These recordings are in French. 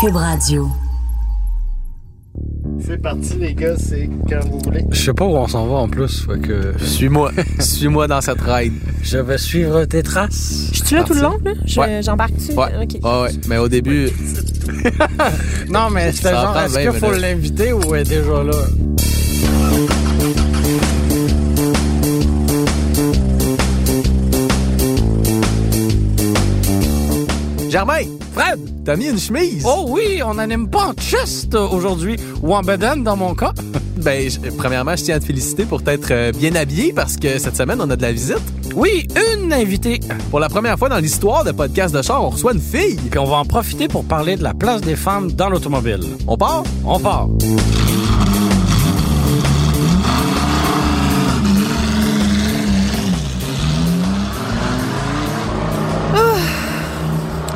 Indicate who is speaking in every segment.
Speaker 1: Cube Radio.
Speaker 2: C'est parti, les gars, c'est quand vous voulez.
Speaker 3: Je sais pas où on s'en va en plus, fait que
Speaker 4: Suis-moi. Suis-moi dans cette ride.
Speaker 3: je vais suivre tes traces.
Speaker 5: Je suis là tout le long, là? Je-
Speaker 4: Ouais.
Speaker 5: J'embarque-tu?
Speaker 4: Ouais.
Speaker 5: Ok.
Speaker 4: Ouais, ouais. Mais au début,
Speaker 3: Non, mais c'était
Speaker 4: Ça va
Speaker 3: genre,
Speaker 4: prendre
Speaker 3: est-ce
Speaker 4: 20
Speaker 3: qu'il faut
Speaker 4: minutes.
Speaker 3: l'inviter ou elle est déjà là?
Speaker 4: Germain,
Speaker 3: Fred!
Speaker 4: t'as mis une chemise.
Speaker 3: Oh oui, on n'anime pas en chest euh, aujourd'hui, ou en bedaine dans mon cas.
Speaker 4: Ben, je- premièrement, je tiens à te féliciter pour t'être euh, bien habillé parce que cette semaine, on a de la visite.
Speaker 3: Oui, une invitée.
Speaker 4: Pour la première fois dans l'histoire de Podcast de Char, on reçoit une fille.
Speaker 3: Puis on va en profiter pour parler de la place des femmes dans l'automobile.
Speaker 4: On part?
Speaker 3: On part.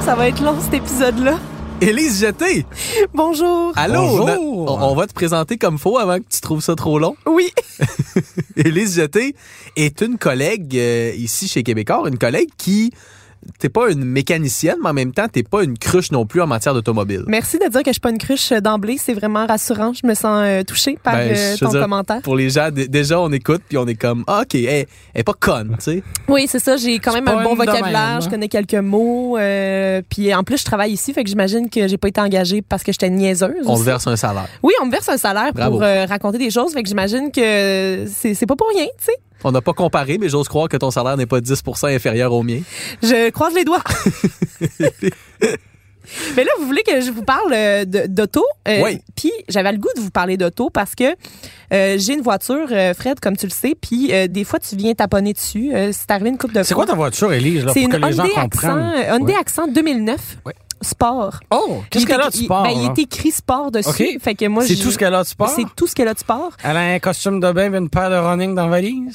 Speaker 5: Ça va être long, cet épisode-là.
Speaker 4: Élise Jeté!
Speaker 5: Bonjour.
Speaker 4: Allô?
Speaker 3: Bonjour.
Speaker 4: On, a- on va te présenter comme faux avant que tu trouves ça trop long.
Speaker 5: Oui.
Speaker 4: Élise Jeté est une collègue euh, ici chez Québécois, une collègue qui. T'es pas une mécanicienne, mais en même temps, t'es pas une cruche non plus en matière d'automobile.
Speaker 5: Merci de dire que je suis pas une cruche euh, d'emblée. C'est vraiment rassurant. Je me sens euh, touchée par
Speaker 4: Ben,
Speaker 5: euh,
Speaker 4: je veux
Speaker 5: ton
Speaker 4: dire,
Speaker 5: commentaire.
Speaker 4: Pour les gens, d- déjà, on écoute, puis on est comme, Ah, OK, elle, elle est pas conne, tu sais.
Speaker 5: Oui, c'est ça. J'ai quand même
Speaker 3: C'est pas
Speaker 5: un bon
Speaker 3: une de
Speaker 5: vocabulaire.
Speaker 3: même,
Speaker 5: Je
Speaker 3: hein.
Speaker 5: connais quelques mots. euh, puis en plus, je travaille ici. Fait que j'imagine que j'ai pas été engagée parce que j'étais niaiseuse.
Speaker 4: On
Speaker 5: aussi.
Speaker 4: te verse un salaire.
Speaker 5: Oui, on me verse un salaire
Speaker 4: Bravo.
Speaker 5: pour euh, raconter des choses. Fait que j'imagine que c'est c'est pas pour rien, tu sais.
Speaker 4: On n'a pas comparé, mais j'ose croire que ton salaire n'est pas 10 inférieur au mien.
Speaker 5: Je croise les doigts. Mais là, vous voulez que je vous parle euh, de- d'auto? Euh,
Speaker 4: Oui.
Speaker 5: Puis j'avais le goût de vous parler d'auto parce que euh, j'ai une voiture, euh, Fred, comme tu le sais, puis euh, des fois, tu viens taponner dessus. Euh, c'est arrivé une coupe de
Speaker 3: C'est
Speaker 5: fois.
Speaker 3: quoi ta voiture, Élise, là,
Speaker 5: C'est
Speaker 3: pour
Speaker 5: une
Speaker 3: que les gens
Speaker 5: Hyundai Accent,
Speaker 3: comprennent?
Speaker 5: euh, Hyundai
Speaker 3: Ouais.
Speaker 5: Accent 2009.
Speaker 3: Ouais.
Speaker 5: Sport.
Speaker 3: Oh, qu'est-ce
Speaker 5: Il
Speaker 3: qu'elle
Speaker 5: était-
Speaker 3: a du
Speaker 5: il-
Speaker 3: sport?
Speaker 5: ben, il
Speaker 3: là?
Speaker 5: est écrit sport dessus.
Speaker 3: OK.
Speaker 5: Fait que moi,
Speaker 3: C'est
Speaker 5: j'ai-
Speaker 3: tout ce qu'elle a du sport?
Speaker 5: C'est tout ce qu'elle a de sport.
Speaker 3: Elle a un costume de bain et une paire de running dans la valise?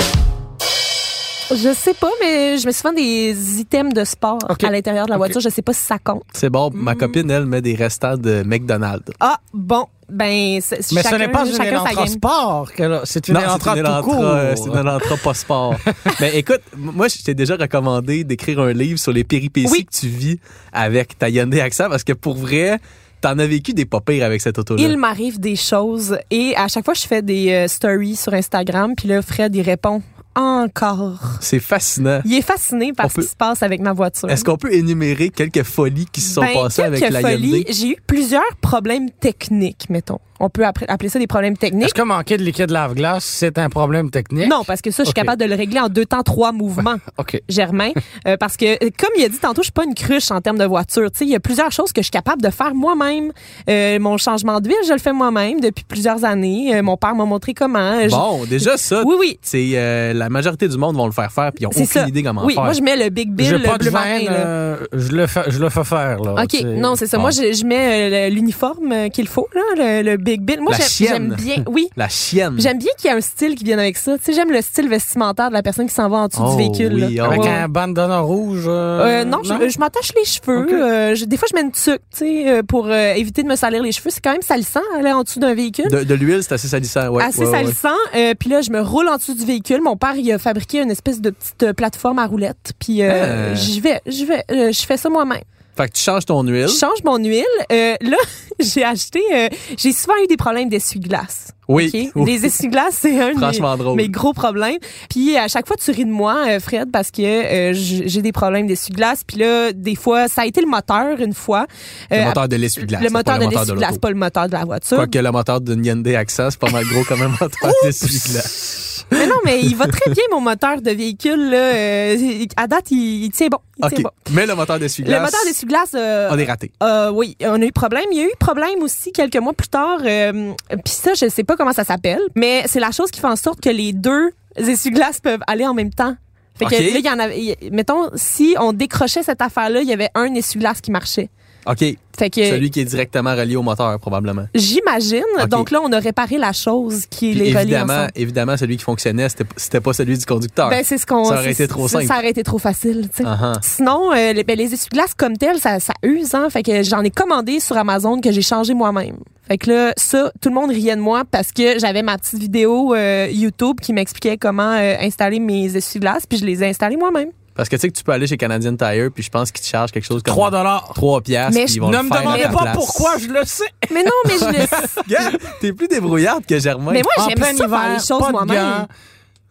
Speaker 5: Je sais pas, mais je mets souvent des items de sport
Speaker 3: OK.
Speaker 5: à l'intérieur de la
Speaker 3: OK.
Speaker 5: voiture. Je sais pas si ça compte.
Speaker 4: C'est bon, ma
Speaker 5: Mm.
Speaker 4: copine, elle, met des restants de McDonald's.
Speaker 5: Ah, bon. Ben, c'est-
Speaker 3: Mais
Speaker 5: chacun,
Speaker 3: ce n'est pas une
Speaker 5: chacun sa
Speaker 3: Elantra
Speaker 5: game.
Speaker 3: sport qu'elle a. C'est une
Speaker 4: non, c'est
Speaker 3: Elantra
Speaker 4: une
Speaker 3: tout court.
Speaker 4: Elantra, euh, c'est une Elantra pas sport. Mais écoute, m- moi, je t'ai déjà recommandé d'écrire un livre sur les péripéties
Speaker 5: Oui.
Speaker 4: que tu vis avec ta Hyundai Accent, parce que pour vrai, t'en as vécu des pas pires avec cette auto-là.
Speaker 5: Il m'arrive des choses et à chaque fois, je fais des euh, stories sur Instagram. Puis là, Fred, il répond encore.
Speaker 4: C'est fascinant.
Speaker 5: Il est fasciné par
Speaker 4: On
Speaker 5: ce
Speaker 4: peut-
Speaker 5: qui se passe avec ma voiture.
Speaker 4: Est-ce qu'on peut énumérer quelques folies qui se sont
Speaker 5: Ben,
Speaker 4: passées avec
Speaker 5: quelques
Speaker 4: la
Speaker 5: folies.
Speaker 4: Hyundai?
Speaker 5: J'ai eu plusieurs problèmes techniques, mettons. On peut appre- appeler ça des problèmes techniques.
Speaker 3: Est-ce que manquer de liquide lave-glace, c'est un problème technique?
Speaker 5: Non, parce que ça, je suis
Speaker 3: Ok.
Speaker 5: capable de le régler en deux temps, trois mouvements.
Speaker 3: OK.
Speaker 5: Germain, euh, parce que euh, comme il a dit tantôt, je suis pas une cruche en termes de voiture. Tu sais, il y a plusieurs choses que je suis capable de faire moi-même. Euh, mon changement d'huile, je le fais moi-même depuis plusieurs années. Euh, mon père m'a montré comment. Euh, Je-
Speaker 4: Bon, déjà ça,
Speaker 5: Oui, oui.
Speaker 4: c'est euh, la majorité du monde vont le faire faire, puis ils n'ont
Speaker 5: C'est
Speaker 4: aucune
Speaker 5: ça.
Speaker 4: idée comment
Speaker 5: oui,
Speaker 4: faire.
Speaker 5: moi je mets le Big Bill,
Speaker 3: J'ai
Speaker 5: le
Speaker 3: pas de
Speaker 5: bleu marin,
Speaker 3: veine,
Speaker 5: là.
Speaker 3: euh, je, le fais, je le fais faire. Là,
Speaker 4: Ah,
Speaker 5: OK,
Speaker 3: tu sais.
Speaker 5: non, c'est ça.
Speaker 3: Bon.
Speaker 5: Moi, je, je mets euh, le- l'uniforme euh, qu'il faut, là, le, le Big Bill. Moi,
Speaker 4: La
Speaker 5: j'aime- j'aime
Speaker 4: chienne. Hmm.
Speaker 5: bien. Oui,
Speaker 4: La chienne.
Speaker 5: j'aime bien qu'il y ait un style qui vienne avec ça. Tu sais, j'aime le style vestimentaire de la personne qui s'en va en dessous
Speaker 4: Oh,
Speaker 5: du véhicule.
Speaker 4: oui,
Speaker 5: là.
Speaker 4: oh.
Speaker 3: Avec
Speaker 5: Ouais, ouais.
Speaker 3: un bandana rouge. euh,
Speaker 5: Euh, non, je, je m'attache les cheveux.
Speaker 3: Ok.
Speaker 5: Euh, je- des fois, je mets une tuque, tu sais, euh, pour euh, éviter de me salir les cheveux. C'est quand même salissant, aller en dessous d'un véhicule.
Speaker 4: De, de l'huile, c'est assez salissant. Ouais,
Speaker 5: assez
Speaker 4: ouais, ouais.
Speaker 5: salissant. Euh, puis là, je me roule en dessous du véhicule. Mon père, il a fabriqué une espèce de petite euh, plateforme à roulettes. Puis euh,
Speaker 4: Ah.
Speaker 5: j'y vais, je vais, euh, je fais ça moi-même.
Speaker 4: Fait que tu changes ton
Speaker 5: Je
Speaker 4: huile.
Speaker 5: change mon huile. Euh, là, j'ai acheté. euh, j'ai souvent eu des problèmes d'essuie-glace.
Speaker 4: Oui.
Speaker 5: OK?
Speaker 4: Oui.
Speaker 5: Les essuie-glaces, c'est un de mes-
Speaker 4: Franchement drôle.
Speaker 5: mes gros problèmes. Puis euh, à chaque fois, tu ris de moi, euh, Fred, parce que euh, j- j'ai des problèmes d'essuie-glace. Puis là, des fois, ça a été le moteur une fois. Euh,
Speaker 4: le moteur de l'essuie-glace.
Speaker 5: le
Speaker 4: c'est pas
Speaker 5: moteur de
Speaker 4: moteur
Speaker 5: l'essuie-glace,
Speaker 4: l'auto.
Speaker 5: pas le moteur de la voiture.
Speaker 4: Quoique le moteur d'une Hyundai Accent, c'est pas mal gros comme un moteur d'essuie-glace.
Speaker 5: Mais non, mais il va très bien, mon moteur de véhicule. Là. Euh, à date, il, il tient bon. Il
Speaker 4: OK.
Speaker 5: tient bon.
Speaker 4: Mais le moteur
Speaker 5: Le
Speaker 4: d'essuie-glace,
Speaker 5: moteur d'essuie-glace... euh,
Speaker 4: on est raté.
Speaker 5: Euh, oui, on a eu problème. Il y a eu problème aussi quelques mois plus tard. euh, Puis ça, je sais pas comment ça s'appelle, mais c'est la chose qui fait en sorte que les deux essuie-glaces peuvent aller en même temps. Fait que
Speaker 4: OK.
Speaker 5: là, il y en avait. il- Mettons, si on décrochait cette affaire-là, il y avait un essuie-glace qui marchait.
Speaker 4: OK.
Speaker 5: Fait que
Speaker 4: Celui qui est directement relié au moteur, probablement.
Speaker 5: j'imagine.
Speaker 4: OK.
Speaker 5: Donc là, on a réparé la chose qui
Speaker 4: Puis
Speaker 5: les relie
Speaker 4: évidemment,
Speaker 5: ensemble.
Speaker 4: évidemment, celui qui fonctionnait, c'était, c'était pas celui du conducteur.
Speaker 5: Ben, c'est ce qu'on.
Speaker 4: Ah, Ça aurait
Speaker 5: c'est-
Speaker 4: été trop
Speaker 5: c'est-
Speaker 4: simple.
Speaker 5: Ça aurait été trop facile, tu sais.
Speaker 4: Uh-huh.
Speaker 5: Sinon, euh, les, ben, les essuie-glaces comme telles, ça, ça use, hein. Fait que j'en ai commandé sur Amazon que j'ai changé moi-même. Fait que là, ça, tout le monde riait de moi parce que j'avais ma petite vidéo euh, YouTube qui m'expliquait comment euh, installer mes essuie-glaces, puis je les ai installés moi-même.
Speaker 4: Parce que tu sais que tu peux aller chez Canadian Tire, puis je pense qu'ils te chargent quelque chose comme
Speaker 3: 3 dollars.
Speaker 4: 3 piastres.
Speaker 5: Mais
Speaker 4: puis
Speaker 5: je-
Speaker 4: ils vont
Speaker 3: Ne
Speaker 4: le
Speaker 3: me
Speaker 4: faire à
Speaker 3: demandez
Speaker 4: ta
Speaker 3: pas
Speaker 4: place.
Speaker 3: pourquoi, je le sais.
Speaker 5: Mais non, mais je le.
Speaker 4: Gars, t'es plus débrouillarde que Germain.
Speaker 5: Mais moi,
Speaker 3: en
Speaker 5: Ah, j'aime ça
Speaker 3: plein
Speaker 5: faire
Speaker 3: hiver,
Speaker 5: les choses
Speaker 3: pas de
Speaker 5: moi-même.
Speaker 3: gants.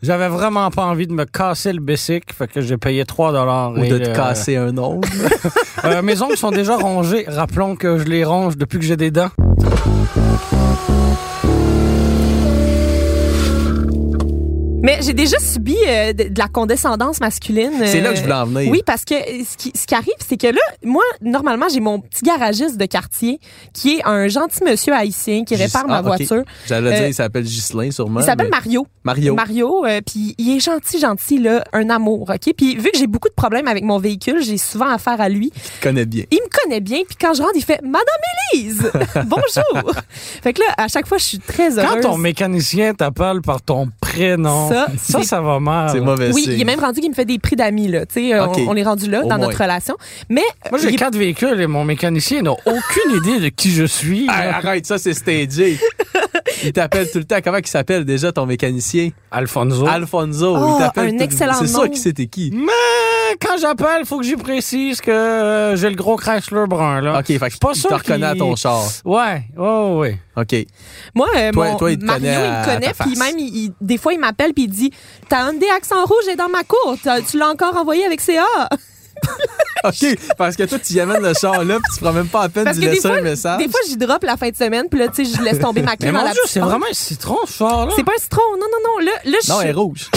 Speaker 3: J'avais vraiment pas envie de me casser le bessic, fait que j'ai payé 3 dollars. euh,
Speaker 4: ou de te casser un ongle.
Speaker 5: euh,
Speaker 3: mes ongles sont déjà rongés. Rappelons que je les ronge depuis que j'ai des dents.
Speaker 5: Mais j'ai déjà subi euh, de, de la condescendance masculine.
Speaker 4: C'est
Speaker 5: euh,
Speaker 4: là que je voulais en venir.
Speaker 5: Oui, parce que euh, ce qui, ce qui arrive, c'est que là, moi, normalement, j'ai mon petit garagiste de quartier qui est un gentil monsieur haïtien qui
Speaker 4: Gis-
Speaker 5: répare
Speaker 4: Ah,
Speaker 5: ma
Speaker 4: ok. ben?
Speaker 5: voiture.
Speaker 4: J'allais dire,
Speaker 5: Euh,
Speaker 4: il s'appelle Ghislain, sûrement.
Speaker 5: Il s'appelle
Speaker 4: mais-
Speaker 5: Mario.
Speaker 4: Mario.
Speaker 5: euh, puis il est gentil, gentil, là, un amour, OK? Puis vu que j'ai beaucoup de problèmes avec mon véhicule, j'ai souvent affaire à lui.
Speaker 4: Tu te connais bien.
Speaker 5: Il me connaît bien, puis quand je rentre, il fait « Madame Élise! » Bonjour! Fait que là, à chaque fois, je suis très
Speaker 3: Quand
Speaker 5: heureuse.
Speaker 3: ton mécanicien t'appelle par ton prénom,
Speaker 5: Ça,
Speaker 3: ça, ça,
Speaker 5: c'est-
Speaker 3: va mal.
Speaker 4: C'est mauvais
Speaker 5: Oui,
Speaker 4: signe.
Speaker 5: il est même rendu qu'il me fait des prix d'amis, là. Tu sais, euh,
Speaker 4: OK.
Speaker 5: on, on est rendu là
Speaker 4: Au
Speaker 5: dans
Speaker 4: moins.
Speaker 5: notre relation. Mais
Speaker 3: Moi,
Speaker 5: il
Speaker 3: j'ai
Speaker 5: est-
Speaker 3: quatre véhicules et mon mécanicien n'a aucune idée de qui je suis.
Speaker 4: Hey,
Speaker 5: Ah,
Speaker 3: là.
Speaker 4: arrête, ça, c'est stagé. il t'appelle tout le temps. Comment il s'appelle déjà ton mécanicien?
Speaker 5: ah.
Speaker 3: Alfonso.
Speaker 4: Alfonso.
Speaker 5: Oh,
Speaker 4: il t'appelle
Speaker 5: un
Speaker 4: tout le-
Speaker 5: excellent
Speaker 4: C'est
Speaker 5: nom.
Speaker 4: ça qui c'était qui.
Speaker 3: Mais quand j'appelle, faut que j'y précise que euh, j'ai le gros Chrysler brun, là.
Speaker 4: OK, fait que
Speaker 3: Ah. suis pas
Speaker 4: il
Speaker 3: sûr
Speaker 4: te reconnaît à
Speaker 3: qu'il-
Speaker 4: ton char.
Speaker 3: Ouais, oh, oui.
Speaker 4: OK.
Speaker 5: Moi, euh,
Speaker 4: Toi-
Speaker 5: mon
Speaker 4: toi, il te
Speaker 5: Mario,
Speaker 4: connaît
Speaker 5: il
Speaker 4: à
Speaker 5: me
Speaker 4: ta
Speaker 5: connaît, puis
Speaker 4: face.
Speaker 5: même, il- il- des fois, il m'appelle, puis il dit « T'as un des accents rouge est dans ma cour, T'as- tu l'as encore envoyé avec CA.
Speaker 4: OK, parce que toi, tu y amènes le char là, puis tu prends même pas à » peine
Speaker 5: Parce
Speaker 4: de
Speaker 5: que des
Speaker 4: laisser
Speaker 5: fois,
Speaker 4: un message.
Speaker 5: des fois, j'y drop la fin de semaine, puis là, tu sais, je laisse tomber ma clé
Speaker 3: Mais
Speaker 5: dans
Speaker 3: mon
Speaker 5: la
Speaker 3: Dieu,
Speaker 5: petite
Speaker 3: c'est
Speaker 5: porte.
Speaker 3: vraiment un citron, ce char-là.
Speaker 5: C'est pas un citron, non, non, non. Là, là je
Speaker 4: Non, elle est
Speaker 5: suis-
Speaker 4: rouge.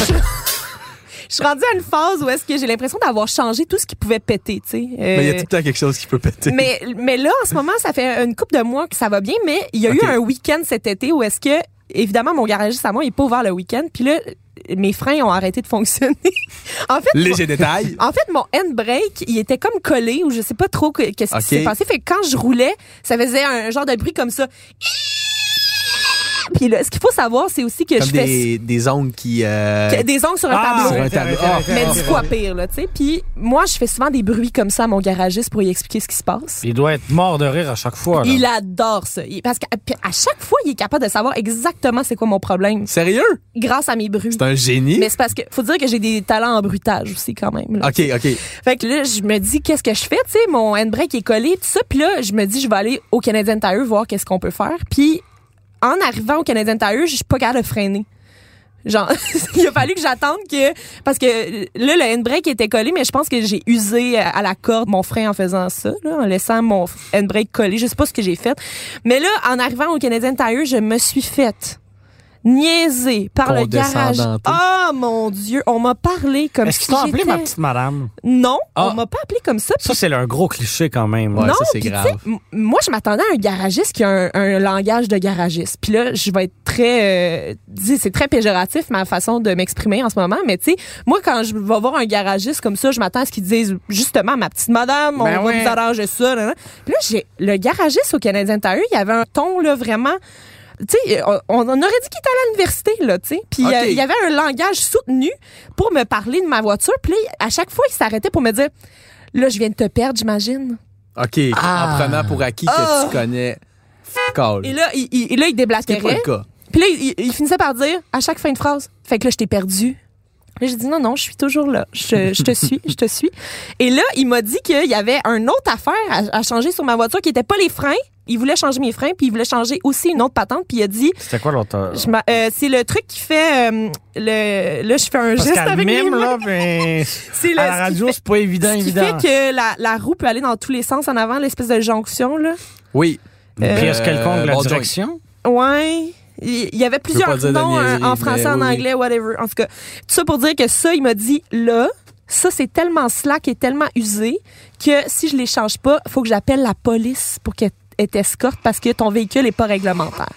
Speaker 5: je suis rendue à une phase où est-ce que j'ai l'impression d'avoir changé tout ce qui pouvait péter, tu sais. Euh,
Speaker 4: Mais il y a tout le temps quelque chose qui peut péter.
Speaker 5: mais, mais là, en ce moment, ça fait une couple de mois que ça va bien, mais il y a
Speaker 4: Ok.
Speaker 5: eu un week-end cet été où est-ce que, évidemment, mon garagiste à moi, il n'est pas ouvert le week-end. Puis là, mes freins ont arrêté de fonctionner. en fait,
Speaker 4: Léger détail.
Speaker 5: en fait, mon handbrake, il était comme collé ou je sais pas trop que- qu'est-ce
Speaker 4: Ok.
Speaker 5: qui s'est passé. Fait que quand je roulais, ça faisait un genre de bruit comme ça. Puis là, ce qu'il faut savoir, c'est aussi que
Speaker 4: Comme
Speaker 5: je fais
Speaker 4: des, des ongles qui. euh,
Speaker 5: que- des ongles sur un
Speaker 3: Ah,
Speaker 5: tableau.
Speaker 4: sur un
Speaker 3: Arrêtez,
Speaker 4: tableau.
Speaker 3: arrêtez,
Speaker 4: Ah,
Speaker 3: arrêtez,
Speaker 5: Mais
Speaker 3: Ah,
Speaker 5: dis
Speaker 3: ouais.
Speaker 5: quoi pire, là, tu sais. Puis moi, je fais souvent des bruits comme ça à mon garagiste pour lui expliquer ce qui se passe.
Speaker 3: Il doit être mort de rire à chaque fois, là.
Speaker 5: Il adore ça. Il- Parce qu'à puis à chaque fois, il est capable de savoir exactement c'est quoi mon problème
Speaker 4: Sérieux?
Speaker 5: grâce à mes bruits.
Speaker 4: C'est un génie.
Speaker 5: Mais c'est parce que faut dire que j'ai des talents en bruitage aussi quand même. là.
Speaker 4: OK, OK.
Speaker 5: Fait que là, je me dis qu'est-ce que je fais, tu sais, mon handbrake est collé, tout ça. Puis là, je me dis je vais aller au Canadian Tire voir qu'est-ce qu'on peut faire. Puis en arrivant au Canadian Tire, je suis pas capable de freiner. Genre, il a fallu que j'attende que parce que là le handbrake était collé, mais je pense que j'ai usé euh, à à la corde mon frein en faisant ça, là, en laissant mon handbrake collé. Je sais pas ce que j'ai fait, mais là en arrivant au Canadian Tire, je me suis faite niaiser par le garage.
Speaker 4: Condescendante.
Speaker 5: Oh mon Dieu, on m'a parlé comme
Speaker 3: Est-ce
Speaker 5: si
Speaker 3: qu'ils t'ont appelé
Speaker 5: j'étais-
Speaker 3: ma petite madame?
Speaker 5: non,
Speaker 3: Ah.
Speaker 5: on m'a pas appelé comme ça.
Speaker 3: Ça, c'est un gros cliché quand même.
Speaker 4: Ouais,
Speaker 5: non,
Speaker 4: ça, c'est
Speaker 5: puis
Speaker 4: grave.
Speaker 5: tu sais, m- moi, je m'attendais à un garagiste qui a un, un langage de garagiste. Puis là, je vais être très... euh, dis- c'est très péjoratif, ma façon de m'exprimer en ce moment, mais tu sais, moi, quand je vais voir un garagiste comme ça, je m'attends à ce qu'il dise, justement, ma petite madame, on
Speaker 3: Ben
Speaker 5: va
Speaker 3: ouais.
Speaker 5: vous arranger ça. Là, là. Puis là, j'ai, le garagiste au Canadien Tire, il avait un ton, là, vraiment... Tu sais, on, on aurait dit qu'il était à l'université, là, tu sais. Puis
Speaker 4: Ok.
Speaker 5: euh, il y avait un langage soutenu pour me parler de ma voiture. Puis là, à chaque fois, il s'arrêtait pour me dire... Là, je viens de te perdre, j'imagine.
Speaker 4: OK. En prenant pour acquis
Speaker 5: Ah.
Speaker 4: que tu connais. Call.
Speaker 5: Et là, il, il- et là, il
Speaker 4: Ce qui est pas
Speaker 5: déblatérait.
Speaker 4: le cas.
Speaker 5: Puis là, il, il finissait par dire à chaque fin de phrase Fait que là, je t'ai perdu. Là, j'ai dit non, non, je suis toujours là. Je, je te suis, je te suis. Et là, il m'a dit qu'il y avait un autre affaire à, à changer sur ma voiture qui n'était pas les freins. Il voulait changer mes freins, puis il voulait changer aussi une autre patente. Puis il a dit
Speaker 3: C'était quoi l'autre?
Speaker 5: je m'a- euh, C'est le truc qui fait. euh, le, là, je fais un
Speaker 3: Parce
Speaker 5: geste
Speaker 3: qu'elle
Speaker 5: avec mes
Speaker 3: mime,
Speaker 5: mains.
Speaker 3: là, mais
Speaker 5: C'est le-
Speaker 3: à la
Speaker 5: ce qui
Speaker 3: radio,
Speaker 5: fait-
Speaker 3: c'est pas évident,
Speaker 5: ce qui
Speaker 3: évident.
Speaker 5: fait que la, la roue peut aller dans tous les sens en avant, l'espèce de jonction, là.
Speaker 4: Oui.
Speaker 5: Euh,
Speaker 3: Puis est-ce quelconque la
Speaker 4: bon joint.
Speaker 3: direction?
Speaker 5: Ouais. Il il y avait plusieurs
Speaker 4: pas dire de
Speaker 5: noms euh,
Speaker 4: niaiserie,
Speaker 5: en
Speaker 4: mais
Speaker 5: français, en
Speaker 4: oui, oui.
Speaker 5: anglais, whatever. En tout cas, tout ça pour dire que ça, il m'a dit là, ça c'est tellement slack et tellement usé que si je les change pas, faut que j'appelle la police pour qu'elle elle t'escorte parce que ton véhicule est pas réglementaire.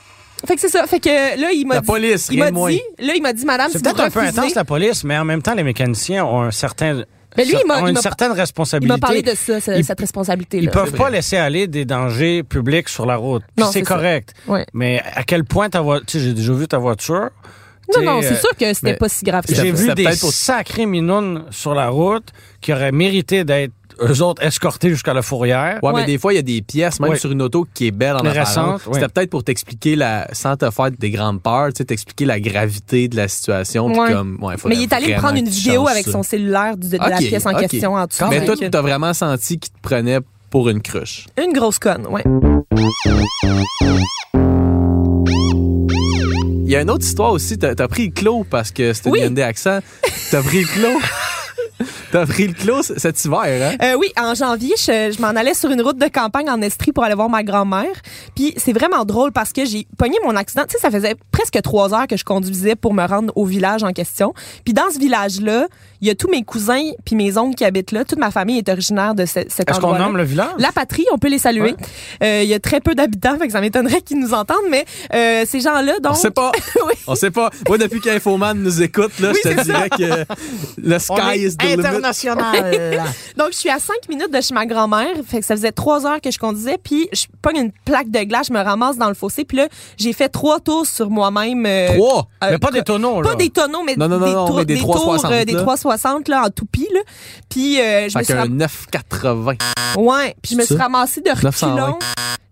Speaker 5: Fait que c'est ça. Fait que là, il m'a
Speaker 4: La
Speaker 5: dit.
Speaker 4: police,
Speaker 5: il
Speaker 4: rien
Speaker 5: m'a
Speaker 4: de moins.
Speaker 5: dit, là, il m'a dit, madame, si
Speaker 3: C'est
Speaker 5: vous
Speaker 3: peut-être un peu
Speaker 5: refusez-
Speaker 3: intense, la police, mais en même temps, les mécaniciens ont un certain.
Speaker 5: Mais lui, il m'a-
Speaker 3: ont
Speaker 5: il
Speaker 3: une
Speaker 5: m'a-
Speaker 3: certaine
Speaker 5: Il
Speaker 3: responsabilité.
Speaker 5: m'a parlé de ça, ce-
Speaker 3: Il-
Speaker 5: cette responsabilité-là.
Speaker 3: Ils peuvent
Speaker 4: C'est
Speaker 3: pas
Speaker 4: vrai.
Speaker 3: laisser aller des dangers publics sur la route. Puis
Speaker 5: Non,
Speaker 3: c'est
Speaker 5: c'est ça.
Speaker 3: correct.
Speaker 5: Ouais.
Speaker 3: Mais à quel point ta voiture. Tu sais, j'ai déjà vu ta voiture. Tu
Speaker 5: Non,
Speaker 3: sais,
Speaker 5: non, c'est
Speaker 3: euh,
Speaker 5: sûr que c'était
Speaker 4: mais-
Speaker 5: pas si grave que ça.
Speaker 3: J'ai vu
Speaker 4: c'était
Speaker 3: des
Speaker 4: peut-être pour-
Speaker 3: sacrés minounes sur la route qui auraient mérité d'être eux autres escortés jusqu'à la fourrière.
Speaker 4: Ouais,
Speaker 5: Ouais.
Speaker 4: mais des fois, il y a des pièces, même
Speaker 3: Ouais.
Speaker 4: sur une auto qui est belle en
Speaker 3: Mais
Speaker 4: apparence.
Speaker 3: récente, ouais.
Speaker 4: C'était peut-être pour t'expliquer, la, sans te faire des grandes peurs, tu sais, t'expliquer la gravité de la situation. puis
Speaker 5: Ouais.
Speaker 4: Comme, ouais, faudrait
Speaker 5: Mais il est allé
Speaker 4: vraiment
Speaker 5: prendre une
Speaker 4: qu'il
Speaker 5: vidéo
Speaker 4: change
Speaker 5: avec
Speaker 4: ça.
Speaker 5: son cellulaire du- de, la
Speaker 4: Ok,
Speaker 5: pièce en
Speaker 4: ok.
Speaker 5: question en dessous.
Speaker 4: Mais toi,
Speaker 5: Fait que-
Speaker 4: t'as vraiment senti qu'il te prenait pour une cruche.
Speaker 5: Une grosse conne, ouais.
Speaker 4: Il y a une autre histoire aussi. T'as as pris le clos parce que c'était
Speaker 5: Oui.
Speaker 4: une des accents. T'as pris le clos. T'as pris le clos c- cet hiver, hein?
Speaker 5: Euh, oui, en janvier, je, je m'en allais sur une route de campagne en Estrie pour aller voir ma grand-mère. Puis c'est vraiment drôle parce que j'ai pogné mon accident. Tu sais, ça faisait presque trois heures que je conduisais pour me rendre au village en question. Puis dans ce village-là, il y a tous mes cousins puis mes oncles qui habitent là. Toute ma famille est originaire de ce- cet
Speaker 3: Est-ce qu'on
Speaker 5: endroit-là.
Speaker 3: nomme le village?
Speaker 5: La patrie, on peut les saluer. Euh, Il y a très peu d'habitants, fait que ça m'étonnerait qu'ils nous entendent, mais euh, ces gens-là,
Speaker 4: On
Speaker 5: donc...
Speaker 4: sait pas.
Speaker 5: Oui.
Speaker 4: On sait pas. Moi, depuis qu'Infoman nous écoute, là, je te dirais que le
Speaker 2: On
Speaker 4: sky
Speaker 2: est
Speaker 4: is the limit.
Speaker 2: international.
Speaker 5: Donc, je suis à 5 minutes de chez ma grand-mère. Fait que ça faisait 3 heures que je conduisais. Puis, je pogne une plaque de glace, je me ramasse dans le fossé. Puis là, j'ai fait trois tours sur moi-même. euh,
Speaker 4: Trois.
Speaker 5: euh,
Speaker 3: mais pas des tonneaux, là.
Speaker 5: pas des tonneaux, mais
Speaker 4: Non, non, non,
Speaker 5: des,
Speaker 4: non,
Speaker 5: tours-
Speaker 4: mais des
Speaker 5: des
Speaker 4: 360,
Speaker 5: tours, euh, des
Speaker 4: là.
Speaker 5: 360 là, en toupie. Là. Puis, euh, je me
Speaker 4: Fait
Speaker 5: suis
Speaker 4: qu'un
Speaker 5: ram-
Speaker 4: 9,80.
Speaker 5: ouais, puis je me
Speaker 4: C'est
Speaker 5: suis
Speaker 4: ça?
Speaker 5: ramassée de reculons.
Speaker 4: 920.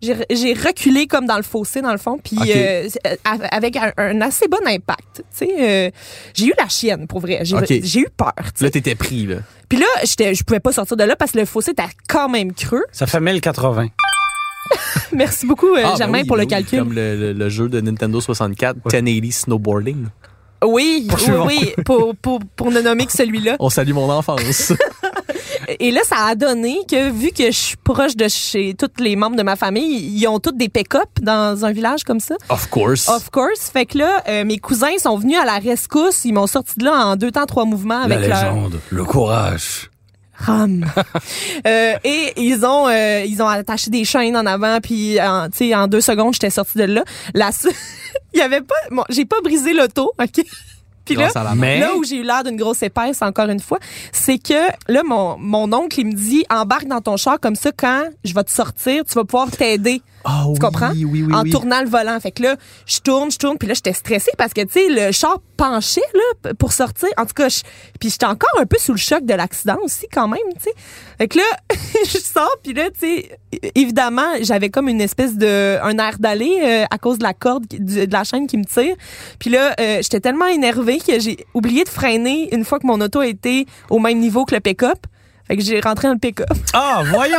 Speaker 5: J'ai re- J'ai reculé comme dans le fossé, dans le fond, puis
Speaker 4: Ok.
Speaker 5: euh, c'est- euh, av- avec un, un assez bon impact. Tu sais, euh, j'ai eu la chienne, pour vrai. J'ai
Speaker 4: Ok.
Speaker 5: j'ai eu peur. tu sais.
Speaker 4: Là, t'étais pris, là.
Speaker 5: Puis là, j'étais- je pouvais pas sortir de là parce que le fossé était quand même creux.
Speaker 3: Ça fait 1080.
Speaker 5: Merci beaucoup, euh,
Speaker 4: Ah, ben
Speaker 5: Germain,
Speaker 4: oui,
Speaker 5: pour le
Speaker 4: ben oui,
Speaker 5: calcul.
Speaker 4: Comme le, le- le jeu de Nintendo 64, 1080 Snowboarding.
Speaker 5: Oui, oui,
Speaker 3: Poursuivons.
Speaker 5: oui, pour, pour, pour ne nommer que celui-là.
Speaker 4: On salue mon enfance.
Speaker 5: Et là, ça a donné que, vu que je suis proche de chez tous les membres de ma famille, ils ont tous des pick-up dans un village comme ça.
Speaker 4: of course.
Speaker 5: Of course. Fait que là, euh, mes cousins sont venus à la rescousse. Ils m'ont sorti de là en deux temps, trois mouvements avec leur...
Speaker 3: le courage.
Speaker 5: Ram. Euh, et ils ont euh, ils ont attaché des chaînes en avant puis en, tu sais, en deux secondes j'étais sortie de là. La se- il y avait pas bon, j'ai pas brisé l'auto, OK. Puis là
Speaker 4: Grâce à la main.
Speaker 3: Mais
Speaker 5: Là où j'ai eu l'air d'une grosse épaisse, encore une fois, c'est que là, mon, mon oncle, il me dit embarque dans ton char comme ça, quand je vais te sortir, tu vas pouvoir t'aider
Speaker 4: Ah oui,
Speaker 5: comprends?
Speaker 4: Oui, oui,
Speaker 5: en
Speaker 4: oui.
Speaker 5: tournant le volant. Fait que là, je tourne, je tourne, puis là, j'étais stressée parce que, tu sais, le char penchait, là, p- pour sortir. En tout cas, je- puis j'étais encore un peu sous le choc de l'accident aussi, quand même, tu sais. Fait que là, je sors, puis là, tu sais, é- évidemment, j'avais comme une espèce de. un air d'aller euh, à cause de la corde, qui- du- de la chaîne qui me tire. Puis là, euh, j'étais tellement énervée que j'ai oublié de freiner une fois que mon auto a été au même niveau que le pick-up. Fait que j'ai rentré dans le pick-up.
Speaker 3: Ah, voyons!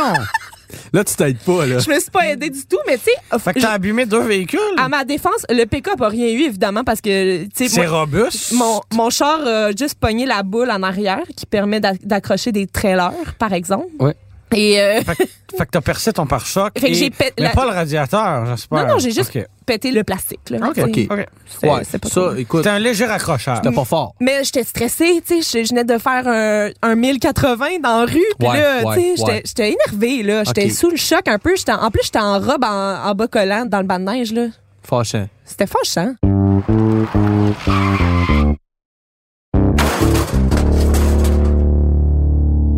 Speaker 4: Là, tu t'aides pas, là.
Speaker 5: Je me suis pas aidée du tout, mais tu sais,
Speaker 3: Fait que t'as abîmé deux véhicules.
Speaker 5: À ma défense, le pick-up a rien eu, évidemment, parce que, tu sais,
Speaker 3: C'est
Speaker 5: moi,
Speaker 3: robuste.
Speaker 5: mon, mon char a juste pogné la boule en arrière qui permet d'a- d'accrocher des trailers, par exemple.
Speaker 3: Ouais.
Speaker 5: Et euh,
Speaker 3: Fait que- fait que t'as percé ton pare-choc.
Speaker 5: Fait que
Speaker 3: et-
Speaker 5: j'ai pét-
Speaker 3: Mais
Speaker 5: la-
Speaker 3: pas le radiateur, j'espère.
Speaker 5: Non, non, j'ai juste-
Speaker 3: Ok.
Speaker 5: péter le plastique, là.
Speaker 4: OK.
Speaker 5: tu sais.
Speaker 3: OK.
Speaker 5: C'est-
Speaker 4: Ouais,
Speaker 5: c'est pas
Speaker 4: ça,
Speaker 5: trop.
Speaker 4: écoute,
Speaker 3: C'était un léger accrocheur.
Speaker 4: t'es pas fort.
Speaker 5: Mais j'étais stressée, tu sais, je, je venais de faire un, un 1080 dans la rue, puis
Speaker 4: Ouais,
Speaker 5: là,
Speaker 4: ouais,
Speaker 5: tu sais, j'étais-
Speaker 4: ouais.
Speaker 5: j'étais énervée, là. J'étais
Speaker 4: Ok.
Speaker 5: sous le choc un peu. J'étais En en plus, j'étais en robe en, en bas collant dans le banc de neige, là.
Speaker 4: Fâchant.
Speaker 5: C'était hein? fâchant.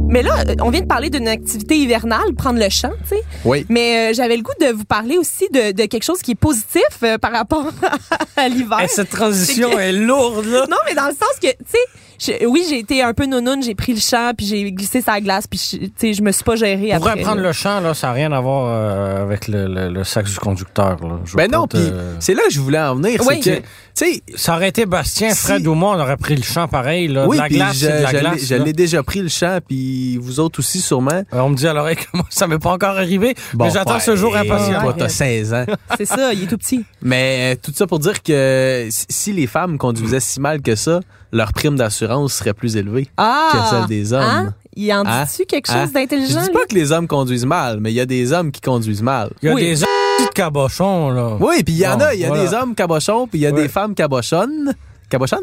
Speaker 5: Mais là, euh, on vient de parler d'une activité hivernale, prendre le champ, tu sais.
Speaker 4: Oui.
Speaker 5: Mais euh, j'avais le goût de vous parler aussi de, de quelque chose qui est positif euh, par rapport à l'hiver.
Speaker 3: Hey, cette transition est lourde, là.
Speaker 5: Non, mais dans le sens que, tu sais, je- oui, j'ai été un peu nounoune, j'ai pris le champ, puis j'ai glissé sa glace, puis, je- tu sais, je me suis pas gérée
Speaker 3: Pour
Speaker 5: après.
Speaker 3: reprendre
Speaker 5: là.
Speaker 3: le champ, là, ça n'a rien à voir euh, avec le, le- le sexe du conducteur. Là. Je euh, veux
Speaker 4: Ben
Speaker 3: pas
Speaker 4: non,
Speaker 3: te-
Speaker 4: puis c'est là que je voulais en venir.
Speaker 5: Oui.
Speaker 4: C'est que, tu sais,
Speaker 3: Ça aurait été Bastien,
Speaker 4: Si-
Speaker 3: Fred ou moi, on aurait pris le champ pareil. Là, Euh,
Speaker 4: oui,
Speaker 3: de la
Speaker 4: puis
Speaker 3: glace,
Speaker 4: je,
Speaker 3: c'est de la
Speaker 4: je l'ai-
Speaker 3: glace.
Speaker 4: je
Speaker 3: là.
Speaker 4: l'ai déjà pris le champ, puis vous autres aussi sûrement.
Speaker 3: Euh, On me dit à l'oreille que moi, ça m'est pas encore arrivé, mais j'attends
Speaker 4: ouais,
Speaker 3: ce jour impatiemment.
Speaker 4: ben, toi, T'as 16 ans.
Speaker 5: C'est ça, il est tout petit.
Speaker 4: Mais euh, tout ça pour dire que si- si les femmes conduisaient si mal que ça, leur prime d'assurance serait plus élevée.
Speaker 5: Ah!
Speaker 4: Que celle des hommes.
Speaker 5: Hein? Il en
Speaker 4: Hein?
Speaker 5: dit-tu quelque chose
Speaker 4: Hein? Je
Speaker 5: d'intelligent?
Speaker 4: dis pas que les hommes conduisent mal, mais il y a des hommes qui conduisent mal.
Speaker 3: Il y a
Speaker 5: Oui.
Speaker 3: des petits cabochons, là.
Speaker 4: Oui, puis il y en
Speaker 3: Bon,
Speaker 4: a, il y a
Speaker 3: voilà.
Speaker 4: des hommes cabochons, puis il y a
Speaker 3: Ouais.
Speaker 4: des femmes cabochonnes. Cabochonnes?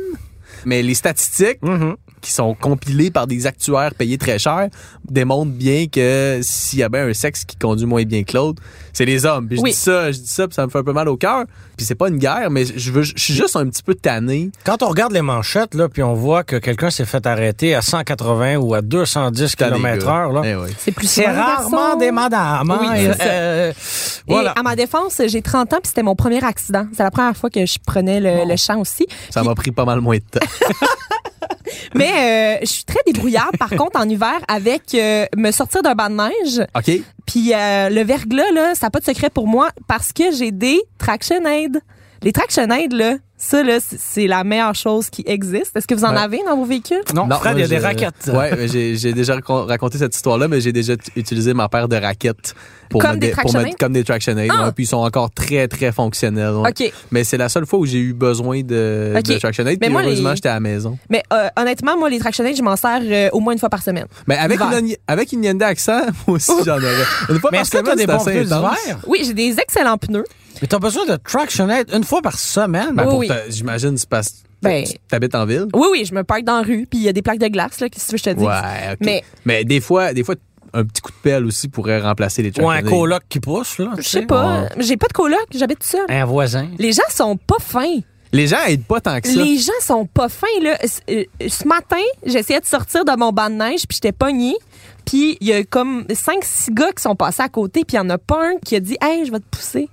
Speaker 4: Mais les statistiques
Speaker 3: Mhm.
Speaker 4: qui sont compilées par des actuaires payés très cher démontrent bien que s'il y a bien un sexe qui conduit moins bien que l'autre, c'est les hommes. Puis je
Speaker 5: Oui.
Speaker 4: dis ça, je dis ça, puis ça me fait un peu mal au cœur. Puis c'est pas une guerre, mais je veux, je suis juste un petit peu tanné.
Speaker 3: Quand on regarde les manchettes, là, puis on voit que quelqu'un s'est fait arrêter à 180 ou à 210
Speaker 4: Tanné, gars.
Speaker 3: km/h, là.
Speaker 4: Eh oui.
Speaker 5: C'est plus
Speaker 3: C'est
Speaker 5: souvent des
Speaker 3: rarement
Speaker 5: garçons.
Speaker 3: des madames. hein,
Speaker 5: Oui,
Speaker 3: et,
Speaker 5: c'est ça.
Speaker 3: euh,
Speaker 5: Et
Speaker 3: voilà.
Speaker 5: à ma défense, j'ai 30 ans puis c'était mon premier accident. C'est la première fois que je prenais le, le champ aussi.
Speaker 4: Ça m'a pris pas mal moins de temps.
Speaker 5: Mais euh, je suis très débrouillarde, par contre, en hiver, avec euh, me sortir d'un bain de neige.
Speaker 4: OK?
Speaker 5: Puis euh, le verglas, là, ça n'a pas de secret pour moi parce que j'ai des traction aids. Les traction aids, là, ça, là, c- c'est la meilleure chose qui existe. Est-ce que vous en
Speaker 4: Ouais.
Speaker 5: avez dans vos véhicules?
Speaker 3: Non, Fred, il y
Speaker 4: moi,
Speaker 3: a des
Speaker 4: je-
Speaker 3: raquettes.
Speaker 4: Ouais, mais j'ai j'ai déjà racon- raconté cette histoire-là, mais j'ai déjà t- utilisé ma paire de raquettes pour
Speaker 5: Comme
Speaker 4: me
Speaker 5: des
Speaker 4: dé- pour
Speaker 5: Traction
Speaker 4: me-
Speaker 5: Aids?
Speaker 4: comme des traction aids.
Speaker 5: Ah!
Speaker 4: ouais, puis ils sont encore très très fonctionnels. ouais.
Speaker 5: OK.
Speaker 4: Mais c'est la seule fois où j'ai eu besoin de,
Speaker 5: Ok.
Speaker 4: de traction aid.
Speaker 5: Mais
Speaker 4: Puis
Speaker 5: moi, les-
Speaker 4: heureusement, j'étais à la maison.
Speaker 5: Mais euh, honnêtement, moi, les traction aids, je m'en sers euh, au moins une fois par semaine.
Speaker 4: Mais Ben, avec
Speaker 5: Hiver.
Speaker 4: une, avec une Hyundai Accent, moi aussi j'en aurais. Une fois
Speaker 3: Mais
Speaker 4: par
Speaker 3: est-ce que
Speaker 4: semaine,
Speaker 3: t'as des
Speaker 4: c'est
Speaker 3: bons
Speaker 4: assez
Speaker 3: pneus
Speaker 4: intense.
Speaker 3: d'hiver?
Speaker 5: Oui, j'ai des excellents pneus.
Speaker 3: Mais t'as besoin de traction aid une fois par semaine.
Speaker 4: Ben,
Speaker 5: Oui,
Speaker 4: pour
Speaker 5: oui.
Speaker 4: ta- J'imagine, c'est parce que
Speaker 5: Ben-
Speaker 4: tu t'habites en ville.
Speaker 5: Oui, oui, je me parque dans la rue, puis il y a des plaques de glace, là, qu'est-ce que je te dis?
Speaker 4: Ouais, ok.
Speaker 5: Mais-
Speaker 4: Mais, des fois, des fois, un petit coup de pelle aussi pourrait remplacer les
Speaker 3: Ou
Speaker 4: traction
Speaker 3: un
Speaker 4: aids.
Speaker 3: coloc qui pousse, là.
Speaker 5: Je
Speaker 3: tu
Speaker 5: sais pas. J'ai pas de coloc, j'habite seule.
Speaker 4: Hein?
Speaker 3: Un voisin.
Speaker 5: Les gens sont pas fins.
Speaker 4: Les gens aident pas tant que ça.
Speaker 5: Les gens sont pas fins, là. C- euh, Ce matin, j'essayais de sortir de mon banc de neige, puis j'étais pognée. Puis il y a comme 5-6 gars qui sont passés à côté, puis il y en a pas un qui a dit Hey, je vais te pousser.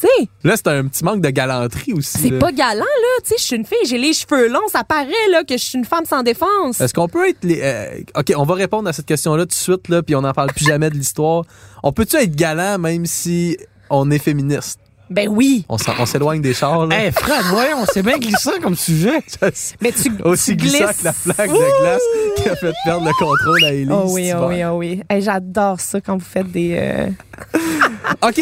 Speaker 5: Tu sais,
Speaker 4: Là, c'est un petit manque de galanterie aussi.
Speaker 5: c'est
Speaker 4: là.
Speaker 5: pas galant, là. Tu sais, je suis une fille, j'ai les cheveux longs, ça paraît, là, que je suis une femme sans défense.
Speaker 4: Est-ce qu'on peut être. les- euh, OK, on va répondre à cette question-là tout de suite, là, puis on n'en parle plus jamais de l'histoire. On peut-tu être galant même si on est féministe?
Speaker 5: Ben oui.
Speaker 4: On s'en- on s'éloigne des chars, là.
Speaker 3: Hey, Fred, voyons, c'est bien glissant comme sujet.
Speaker 5: Mais tu,
Speaker 4: Aussi
Speaker 5: tu
Speaker 4: glissant
Speaker 5: glisses.
Speaker 4: que la plaque de glace qui a fait perdre le contrôle à Ellie.
Speaker 5: Oh oui,
Speaker 4: cet
Speaker 5: oh oui,
Speaker 4: hiver.
Speaker 5: oh oui. Hey, J'adore ça quand vous faites des. euh, oh.
Speaker 4: OK.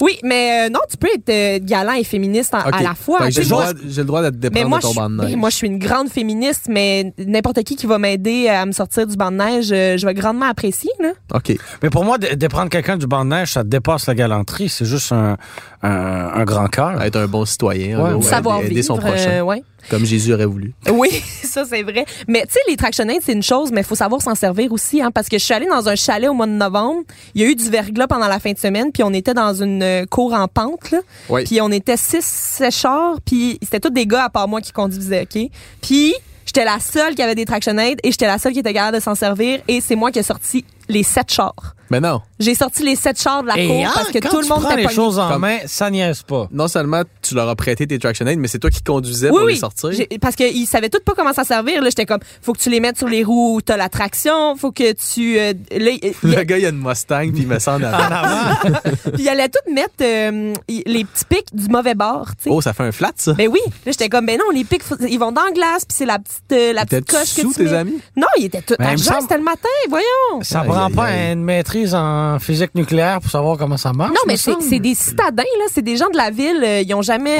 Speaker 5: Oui, mais euh, non, tu peux être euh, galant et féministe en-
Speaker 4: OK.
Speaker 5: à la fois.
Speaker 4: Fait que
Speaker 5: Tu
Speaker 4: J'ai le
Speaker 5: sais, moi,
Speaker 4: droit- j'ai le droit d'être
Speaker 5: Mais
Speaker 4: dépendre
Speaker 5: moi,
Speaker 4: de ton
Speaker 5: je,
Speaker 4: banc de neige.
Speaker 5: mais moi, je suis une grande féministe, mais n'importe qui qui va m'aider à me sortir du banc de neige, euh, je vais grandement apprécier. Là.
Speaker 4: OK.
Speaker 3: Mais pour moi, de, de prendre quelqu'un du banc de neige, ça dépasse la galanterie. C'est juste un, un, un grand cœur.
Speaker 4: Être un bon citoyen. en
Speaker 3: Ouais.
Speaker 4: gros,
Speaker 5: Savoir
Speaker 4: aider,
Speaker 5: vivre.
Speaker 4: aider son prochain.
Speaker 5: euh, ouais.
Speaker 4: Comme Jésus aurait voulu.
Speaker 5: Oui, ça, c'est vrai. Mais tu sais, les tractionnettes, c'est une chose, mais il faut savoir s'en servir aussi. Hein, parce que je suis allée dans un chalet au mois de novembre. Il y a eu du verglas pendant la fin de semaine, puis on était dans une euh, cour en pente. Là,
Speaker 4: Oui.
Speaker 5: Puis on était six séchards, puis c'était tous des gars à part moi qui conduisaient, OK? Puis j'étais la seule qui avait des tractionnettes et j'étais la seule qui était capable de s'en servir. Et c'est moi qui ai sorti les sept chars.
Speaker 4: Mais non.
Speaker 5: J'ai sorti les sept chars de la cour
Speaker 3: hein,
Speaker 5: parce que
Speaker 3: quand
Speaker 5: tout le
Speaker 3: tu
Speaker 5: monde
Speaker 3: prends
Speaker 5: était
Speaker 3: les
Speaker 5: pogné.
Speaker 3: choses en
Speaker 4: Comme-
Speaker 3: main, ça niaise pas.
Speaker 4: Non seulement tu leur as prêté tes traction aids, mais c'est toi qui conduisais
Speaker 5: Oui,
Speaker 4: pour les
Speaker 5: oui.
Speaker 4: sortir.
Speaker 5: J'ai- Parce qu'ils savaient tout pas comment s'en servir. Là, j'étais comme, faut que tu les mettes sur les roues où t'as la traction, faut que tu. euh, là, il- il-
Speaker 4: Le gars, il a une Mustang, puis il me semble.
Speaker 3: En
Speaker 5: Ah.
Speaker 3: avant.
Speaker 5: puis ils allaient tout mettre euh, il- les petits pics du mauvais bord. tu sais.
Speaker 4: Oh, ça fait un flat, ça.
Speaker 5: Ben oui, là j'étais comme ben non, les pics faut- ils vont dans la glace puis c'est la petite euh, la petite
Speaker 4: T'étais-tu
Speaker 5: coche que
Speaker 4: sous,
Speaker 5: tu mets.
Speaker 4: tes amis?
Speaker 5: Non, ils étaient tout
Speaker 3: Ben, il me
Speaker 5: argent,
Speaker 3: semble-
Speaker 5: c'était le matin, voyons.
Speaker 3: Ça
Speaker 4: Aïe,
Speaker 3: prend
Speaker 4: aïe,
Speaker 3: pas
Speaker 4: aïe.
Speaker 3: une maîtrise en physique nucléaire pour savoir comment ça marche.
Speaker 5: Non, mais
Speaker 3: me
Speaker 5: c'est
Speaker 3: semble.
Speaker 5: c'est des citadins là, c'est des gens de la ville, euh, ils ont jamais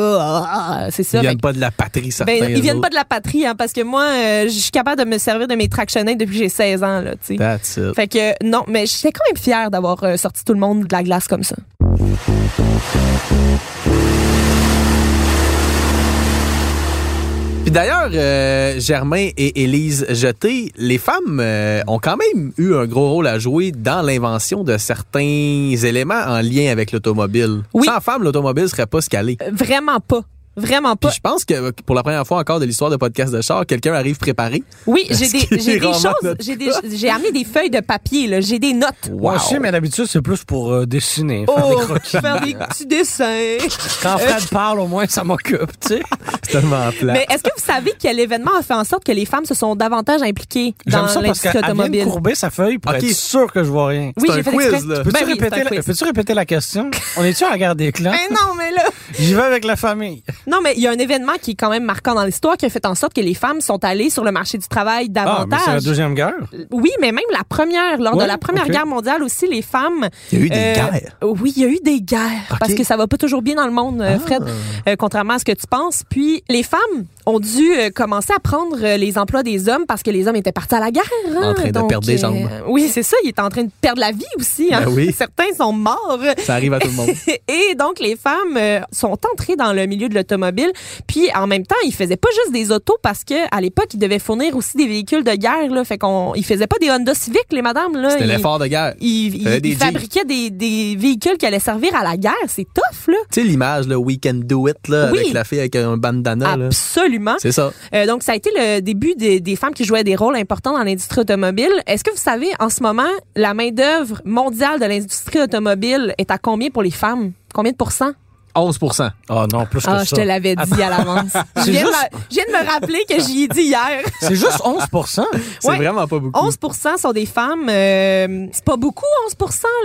Speaker 5: euh, c'est ça.
Speaker 4: Ils
Speaker 5: fait
Speaker 4: viennent
Speaker 5: que-
Speaker 4: pas de la patrie, certains.
Speaker 5: ben, ils viennent pas
Speaker 4: autres.
Speaker 5: de la patrie hein, parce que moi euh, je suis capable de me servir de mes tractionnettes depuis que j'ai 16 ans là, tu sais.
Speaker 4: That's it.
Speaker 5: Fait que euh, non, mais j'étais quand même fière d'avoir euh, sorti tout le monde de la glace comme ça.
Speaker 4: Puis d'ailleurs, euh, Germain et Élise Jeté, les femmes euh, ont quand même eu un gros rôle à jouer dans l'invention de certains éléments en lien avec l'automobile.
Speaker 5: Oui.
Speaker 4: Sans femmes, l'automobile serait pas ce qu'elle est.
Speaker 5: Euh, Vraiment pas. Vraiment pas.
Speaker 4: Puis je pense que pour la première fois encore de l'histoire de podcast de char, quelqu'un arrive préparé.
Speaker 5: Oui, j'ai des,
Speaker 4: qu'il
Speaker 5: j'ai
Speaker 4: est
Speaker 5: des
Speaker 4: vraiment
Speaker 5: choses.
Speaker 4: notre
Speaker 5: J'ai des- j'ai amené des feuilles de papier, là. J'ai des notes.
Speaker 3: Moi aussi, mais d'habitude, c'est plus pour euh, dessiner.
Speaker 5: Oh,
Speaker 3: faire des croquis.
Speaker 5: faire des petits dessins.
Speaker 3: Quand Fred parle, au moins, ça m'occupe, tu sais.
Speaker 4: C'est tellement plat.
Speaker 5: euh, Mais est-ce que vous savez que l'événement a fait en sorte que les femmes se sont davantage impliquées dans
Speaker 3: J'aime ça parce
Speaker 5: l'industrie
Speaker 3: qu'elle vient de
Speaker 5: automobile?
Speaker 3: courber sa feuille pour
Speaker 4: Ok.
Speaker 3: être sûr que je vois rien. Euh,
Speaker 5: Oui,
Speaker 4: C'est un
Speaker 5: j'ai fait
Speaker 4: quiz,
Speaker 5: exprès.
Speaker 4: là.
Speaker 5: Ben
Speaker 3: Peux-tu
Speaker 5: oui,
Speaker 3: répéter,
Speaker 5: c'est un
Speaker 3: la-
Speaker 5: quiz.
Speaker 3: peux-tu répéter la question? On est-tu à la garde des clans?
Speaker 5: Ben non, mais là.
Speaker 3: J'y vais avec la famille.
Speaker 5: Non, mais il y a un événement qui est quand même marquant dans l'histoire qui a fait en sorte que les femmes sont allées sur le marché du travail
Speaker 3: Ah, mais c'est la
Speaker 5: davantage.
Speaker 3: deuxième guerre.
Speaker 5: oui, mais même la première, lors de
Speaker 3: Ouais,
Speaker 5: la première
Speaker 3: ok.
Speaker 5: guerre mondiale aussi, les femmes
Speaker 4: Il y a eu des
Speaker 5: Euh,
Speaker 4: guerres.
Speaker 5: Oui, il y a eu des guerres
Speaker 4: Ok. Ah.
Speaker 5: parce que ça va pas toujours bien dans le monde, euh, Fred, euh, contrairement à ce que tu penses. Puis les femmes ont dû euh, commencer à prendre euh, les emplois des hommes parce que les hommes étaient partis à la guerre. hein.
Speaker 4: En train de perdre des jambes.
Speaker 5: oui, c'est ça. Ils étaient en train de perdre la vie aussi. hein.
Speaker 4: Ben oui.
Speaker 5: Certains sont morts.
Speaker 4: Ça arrive à tout le monde.
Speaker 5: Et donc, les femmes euh, sont entrées dans le milieu de l'automobile. Puis, en même temps, ils faisaient pas juste des autos parce que à l'époque, ils devaient fournir aussi des véhicules de guerre. Là. Fait qu'on, ils faisaient pas des Honda Civic, les madames. Là.
Speaker 4: C'était
Speaker 5: Ils-
Speaker 4: l'effort de guerre.
Speaker 5: ils, ils-
Speaker 4: Euh, des
Speaker 5: ils fabriquaient des, des véhicules qui allaient servir à la guerre. C'est tough, là.
Speaker 4: Tu sais l'image, le We Can Do It, là,
Speaker 5: Oui.
Speaker 4: avec la fille avec un bandana. là.
Speaker 5: Absolument.
Speaker 4: C'est ça.
Speaker 5: Euh, donc, ça a été le début des, des femmes qui jouaient des rôles importants dans l'industrie automobile. Est-ce que vous savez, en ce moment, la main-d'œuvre mondiale de l'industrie automobile est à combien pour les femmes? Combien de pourcents?
Speaker 4: 11
Speaker 3: Ah non, plus que
Speaker 5: Ah, je te
Speaker 3: ça.
Speaker 5: l'avais dit à l'avance. Je
Speaker 3: C'est
Speaker 5: viens, de
Speaker 3: juste-
Speaker 5: me- je viens de me rappeler que j'y ai dit hier.
Speaker 3: C'est juste 11
Speaker 4: C'est
Speaker 5: Ouais.
Speaker 4: vraiment pas beaucoup.
Speaker 5: 11 sont des femmes. euh, c'est pas beaucoup, 11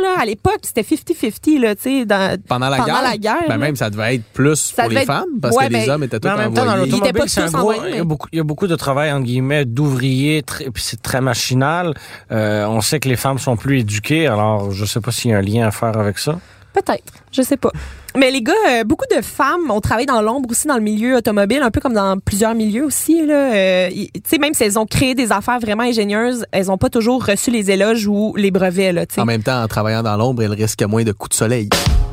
Speaker 5: là. À l'époque, c'était 50-50, là, tu sais. dans-
Speaker 4: Pendant la
Speaker 5: Pendant
Speaker 4: guerre.
Speaker 5: la guerre,
Speaker 4: ben
Speaker 5: là.
Speaker 4: même, ça devait être plus
Speaker 5: Ça
Speaker 4: pour les
Speaker 5: devait être-
Speaker 4: femmes parce
Speaker 5: Ouais,
Speaker 4: que les
Speaker 5: ben,
Speaker 4: hommes étaient tous
Speaker 3: Mais en même
Speaker 4: envoyés.
Speaker 3: temps, dans
Speaker 5: Ils étaient
Speaker 3: l'automobile,
Speaker 5: pas
Speaker 3: c'est un
Speaker 5: tous
Speaker 3: gros,
Speaker 5: envoyés,
Speaker 3: il, y
Speaker 5: mais-
Speaker 3: a beaucoup, il y a beaucoup de travail, entre guillemets, d'ouvriers, très- puis c'est très machinal. Euh, on sait que les femmes sont plus éduquées, alors je sais pas s'il y a un lien à faire avec ça.
Speaker 5: Peut-être, je sais pas. Mais les gars, euh, beaucoup de femmes ont travaillé dans l'ombre aussi dans le milieu automobile, un peu comme dans plusieurs milieux aussi. Là. Euh, y- tu sais, même si elles ont créé des affaires vraiment ingénieuses, elles n'ont pas toujours reçu les éloges ou les brevets. Là, tu sais.
Speaker 4: En même temps, en travaillant dans l'ombre, elle risque moins de coups de soleil.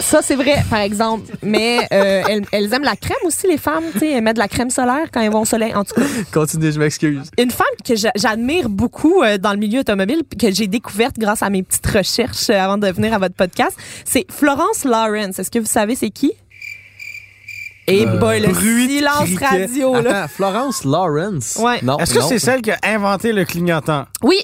Speaker 5: Ça, c'est vrai, par exemple. Mais euh, elles, elles aiment la crème aussi, les femmes. tu sais. Elles mettent de la crème solaire quand elles vont au soleil. En tout cas,
Speaker 4: Continue, je m'excuse.
Speaker 5: une femme que j'a- j'admire beaucoup euh, dans le milieu automobile, puis que j'ai découverte grâce à mes petites recherches euh, avant de venir à votre podcast, c'est Florence Lawrence. Est-ce que vous savez c'est qui? Et
Speaker 3: Euh,
Speaker 5: boy, le silence radio,
Speaker 3: Ah.
Speaker 5: là.
Speaker 4: Attends, Florence Lawrence.
Speaker 5: Ouais.
Speaker 4: Non,
Speaker 3: Est-ce que
Speaker 4: non.
Speaker 3: c'est celle qui a inventé le clignotant?
Speaker 5: Oui!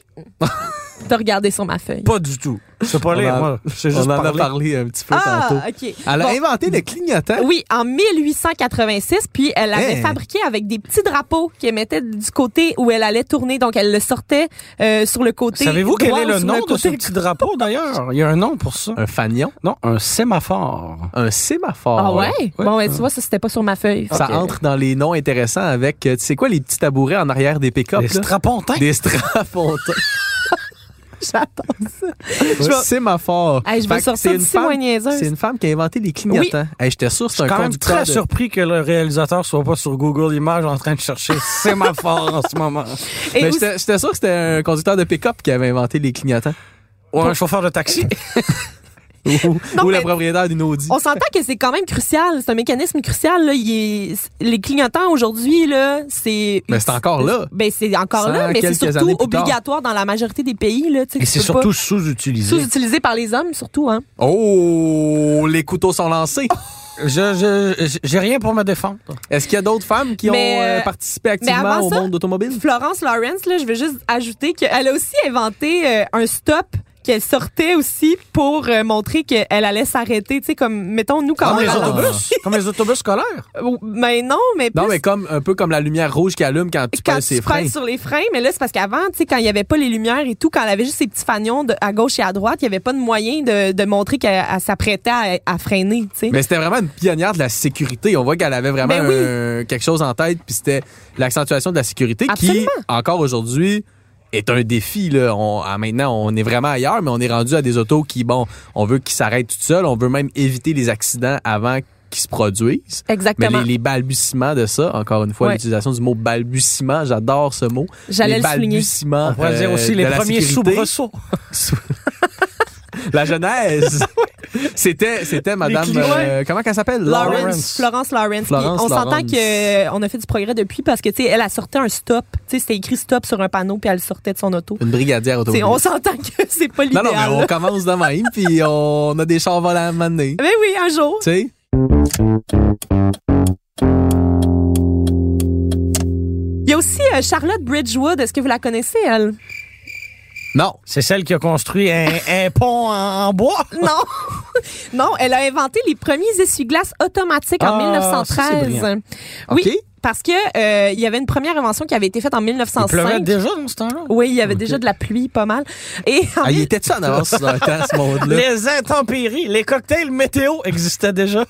Speaker 5: T'as regardé sur ma feuille.
Speaker 3: Pas du tout. Je sais pas
Speaker 4: On
Speaker 3: lire,
Speaker 4: en-
Speaker 3: moi. Je sais
Speaker 4: On
Speaker 3: juste
Speaker 4: en a
Speaker 3: parler.
Speaker 4: parlé un petit peu tantôt.
Speaker 5: Ah, OK.
Speaker 4: Elle a
Speaker 5: Bon.
Speaker 4: inventé le clignotant.
Speaker 5: Oui, en 1886, puis elle l'avait
Speaker 3: Eh.
Speaker 4: Hein?
Speaker 5: fabriqué avec des petits drapeaux qu'elle mettait du côté où elle allait tourner. Donc, elle le sortait euh, sur le côté
Speaker 3: Savez-vous quel
Speaker 5: droit
Speaker 3: est
Speaker 5: ou
Speaker 3: le
Speaker 5: sur
Speaker 3: nom de ce
Speaker 5: côté
Speaker 3: petit drapeau, d'ailleurs? Il y a un nom pour ça.
Speaker 4: Un fanion.
Speaker 3: Non, un sémaphore.
Speaker 4: Un sémaphore.
Speaker 5: Ah ouais?
Speaker 3: Ouais.
Speaker 5: Bon, ben, tu vois, ça, c'était pas sur ma feuille.
Speaker 4: Ça
Speaker 5: Ok.
Speaker 4: entre dans les noms intéressants avec, euh, tu sais quoi, les petits tabourets en arrière des pick-up.
Speaker 3: Les
Speaker 4: là?
Speaker 3: strapontins.
Speaker 4: Des strapontins.
Speaker 5: J'attends ça.
Speaker 4: Un sémaphore.
Speaker 5: Hey, je vais
Speaker 4: Fait que
Speaker 5: sortir
Speaker 4: c'est une
Speaker 5: d'ici,
Speaker 4: femme-
Speaker 5: moi, niaiseuse.
Speaker 4: C'est une femme qui a inventé les clignotants. Hey, J'étais sûr que c'est un
Speaker 3: quand même
Speaker 4: conducteur
Speaker 3: très
Speaker 4: de-
Speaker 3: surpris que le réalisateur soit pas sur Google Images en train de chercher sémaphore en ce moment.
Speaker 5: Et
Speaker 4: Mais
Speaker 5: aussi-
Speaker 4: Ben, j'étais j'étais sûr que c'était un conducteur de pick-up qui avait inventé les clignotants.
Speaker 3: Ou un chauffeur de taxi.
Speaker 4: ou
Speaker 5: Non,
Speaker 4: ou le
Speaker 5: mais-
Speaker 4: propriétaire d'une Audi.
Speaker 5: on s'entend que c'est quand même crucial. C'est un mécanisme crucial. Là. Il est- Les clignotants aujourd'hui, là, c'est.
Speaker 4: Mais c'est encore là.
Speaker 5: Ben, c'est encore
Speaker 4: Cent
Speaker 5: là, mais c'est
Speaker 4: quelques années
Speaker 5: surtout
Speaker 4: plus tard.
Speaker 5: obligatoire dans la majorité des pays. Là, Tu sais,
Speaker 3: Et
Speaker 5: tu
Speaker 3: c'est
Speaker 5: peux
Speaker 3: surtout
Speaker 5: pas-
Speaker 3: sous-utilisé.
Speaker 5: sous-utilisé par les hommes, surtout. Hein.
Speaker 4: Oh, les couteaux sont lancés.
Speaker 3: Je- je je- j'ai rien pour me défendre.
Speaker 4: Est-ce qu'il y a d'autres femmes qui
Speaker 5: Mais,
Speaker 4: ont euh,
Speaker 5: euh,
Speaker 4: participé
Speaker 5: mais
Speaker 4: activement
Speaker 5: avant
Speaker 4: au
Speaker 5: ça-
Speaker 4: monde automobile?
Speaker 5: Florence Lawrence, là, je veux juste ajouter qu'elle a aussi inventé euh, un stop qu'elle sortait aussi pour euh, montrer qu'elle allait s'arrêter. Tu sais, comme, mettons, nous,
Speaker 4: Ah,
Speaker 5: quand
Speaker 3: Comme
Speaker 5: on
Speaker 3: les
Speaker 5: va dans-
Speaker 3: autobus. Ah, Comme les autobus scolaires.
Speaker 5: Euh, Mais non, mais plus
Speaker 4: Non, mais comme un peu comme la lumière rouge qui allume quand tu
Speaker 5: quand
Speaker 4: passes
Speaker 5: tu
Speaker 4: ses freins.
Speaker 5: freines sur les freins, mais là, c'est parce qu'avant, tu sais, quand il n'y avait pas les lumières et tout, quand elle avait juste ses petits fanions de- à gauche et à droite, il n'y avait pas de moyen de, de montrer qu'elle elle s'apprêtait à, à freiner, tu sais.
Speaker 4: Mais c'était vraiment une pionnière de la sécurité. On voit qu'elle avait vraiment
Speaker 5: Ben oui.
Speaker 4: un- quelque chose en tête, puis c'était l'accentuation de la sécurité
Speaker 5: Absolument.
Speaker 4: qui, encore aujourd'hui, est un défi. Là. On- à maintenant, on est vraiment ailleurs, mais on est rendu à des autos qui, bon, on veut qu'ils s'arrêtent toutes seules, on veut même éviter les accidents avant qu'ils se produisent. Mais
Speaker 5: Exactement.
Speaker 4: les, les balbutiements de ça, encore une fois,
Speaker 5: Ouais.
Speaker 4: l'utilisation du mot balbutiement, j'adore ce mot.
Speaker 5: J'allais
Speaker 4: les
Speaker 5: le souligner.
Speaker 4: balbutiements.
Speaker 3: On pourrait
Speaker 4: euh,
Speaker 3: dire aussi
Speaker 4: de
Speaker 3: les
Speaker 4: la
Speaker 3: premiers
Speaker 4: sécurité.
Speaker 3: soubresauts.
Speaker 4: La genèse. c'était, c'était madame,
Speaker 3: clients.
Speaker 4: euh, comment qu'elle s'appelle?
Speaker 5: Lawrence.
Speaker 3: Lawrence.
Speaker 5: Florence Lawrence.
Speaker 4: Florence
Speaker 5: Puis on s'entend
Speaker 4: Lawrence.
Speaker 5: que euh, on a fait du progrès depuis parce que tu sais elle a sorti un stop, tu sais c'était écrit stop sur un panneau puis elle sortait de son auto.
Speaker 4: Une brigadière
Speaker 5: Tu sais,
Speaker 4: automobile.
Speaker 5: on s'entend que c'est pas
Speaker 4: Non,
Speaker 5: l'idéal.
Speaker 4: non, mais on
Speaker 5: là.
Speaker 4: commence de même, puis on a des chars volants à mener. Tu
Speaker 5: Mais Ben oui, un jour.
Speaker 4: sais?
Speaker 5: Il y a aussi euh, Charlotte Bridgewood, est-ce que vous la connaissez elle
Speaker 4: Non.
Speaker 3: C'est celle qui a construit un, un pont en, en bois.
Speaker 5: Non. non, elle a inventé les premiers essuie-glaces automatiques en
Speaker 3: Ah, ça, c'est
Speaker 5: 1913.
Speaker 3: brillant.
Speaker 5: Oui,
Speaker 4: OK.
Speaker 5: parce que euh, il y avait une première invention qui avait été faite en
Speaker 3: Il pleuvait
Speaker 5: 1905.
Speaker 3: déjà dans ce temps-là.
Speaker 5: Oui, il y avait déjà de la pluie, pas mal. Et en
Speaker 4: Ah, il
Speaker 5: mille-
Speaker 4: était-tu en avance sur le temps, ce monde-là?
Speaker 3: Les intempéries, les cocktails météo existaient déjà.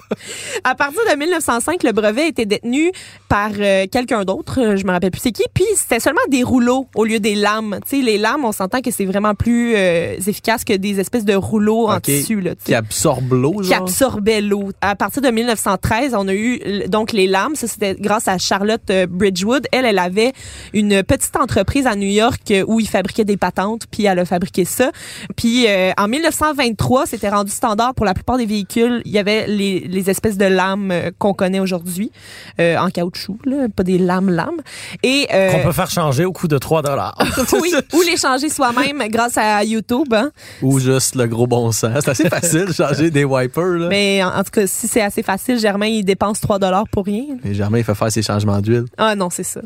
Speaker 5: à partir de 1905, le brevet était détenu par euh, quelqu'un d'autre, euh, je me rappelle plus c'est qui, puis c'était seulement des rouleaux au lieu des lames. Tu sais, les lames, on s'entend que c'est vraiment plus euh, efficace que des espèces de rouleaux en
Speaker 4: OK.
Speaker 5: tissu. Là, tu sais.
Speaker 4: Qui absorbe l'eau,
Speaker 5: qui
Speaker 4: genre?
Speaker 5: absorbait l'eau. À partir de 1913, on a eu l- donc les lames. Ça, c'était grâce à Charlotte euh, Bridgewood. Elle, elle avait une petite entreprise à New York euh, où ils fabriquaient des patentes, puis elle a fabriqué ça. Puis euh, en 1923, c'était rendu standard pour la plupart des véhicules. Il y avait les, les espèces de lames euh, qu'on connaît aujourd'hui euh, en caoutchouc, là, pas des lames-lames. Et euh,
Speaker 3: Qu'on peut faire changer au coût de 3 dollars.
Speaker 5: oui, ou les changer soi-même grâce à YouTube. hein.
Speaker 4: Ou juste le gros bon sens? C'est assez facile de changer des wipers, là. Mais,
Speaker 5: Mais en, en tout cas, si c'est assez facile, Germain, il dépense 3 dollars pour rien.
Speaker 4: Germain, il fait faire ses changement d'huile.
Speaker 5: Ah non, c'est ça.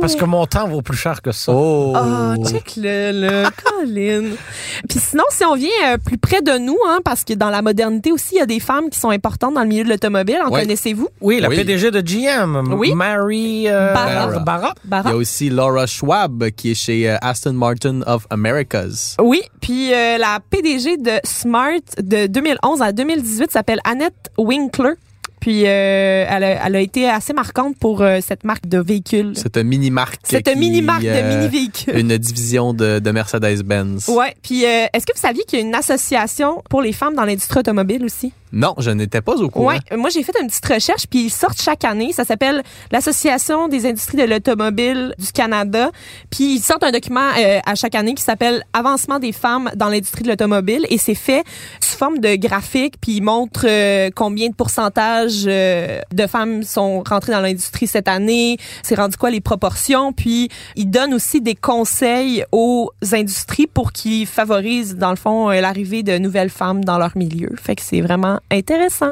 Speaker 3: Parce que mon temps vaut plus cher que ça.
Speaker 4: Oh!
Speaker 5: Ah, check-le, là. Colin. Puis sinon, si on vient euh, plus près de nous, hein, parce que dans la modernité aussi, il y a des femmes qui sont importantes dans le milieu de l'automobile. En
Speaker 4: Ouais.
Speaker 5: connaissez-vous?
Speaker 3: Oui, la
Speaker 4: Oui.
Speaker 3: PDG de GM,
Speaker 5: Oui.
Speaker 3: Mary euh,
Speaker 5: Barra.
Speaker 3: Barra.
Speaker 5: Barra?
Speaker 4: Il y a aussi Laura Schwab qui est chez euh, Aston Martin of Americas.
Speaker 5: Oui, puis euh, la PDG de Smart de 2011 à 2018 s'appelle Annette Winkler. Puis euh, elle, a, elle a été assez marquante pour euh, cette marque de véhicules.
Speaker 4: C'est une mini-marque.
Speaker 5: Cette
Speaker 4: qui,
Speaker 5: mini-marque de
Speaker 4: euh,
Speaker 5: mini-véhicules.
Speaker 4: Une division de, de Mercedes-Benz.
Speaker 5: Ouais, puis euh, est-ce que vous saviez qu'il y a une association pour les femmes dans l'industrie automobile aussi?
Speaker 4: Non, je n'étais pas au courant.
Speaker 5: Ouais, euh, moi j'ai fait une petite recherche puis ils sortent chaque année, ça s'appelle l'Association des industries de l'automobile du Canada, puis ils sortent un document euh, à chaque année qui s'appelle Avancement des femmes dans l'industrie de l'automobile et c'est fait sous forme de graphique puis ils montrent euh, combien de pourcentage euh, de femmes sont rentrées dans l'industrie cette année, c'est rendu quoi les proportions, puis ils donnent aussi des conseils aux industries pour qu'ils favorisent dans le fond euh, l'arrivée de nouvelles femmes dans leur milieu. Fait que c'est vraiment intéressant.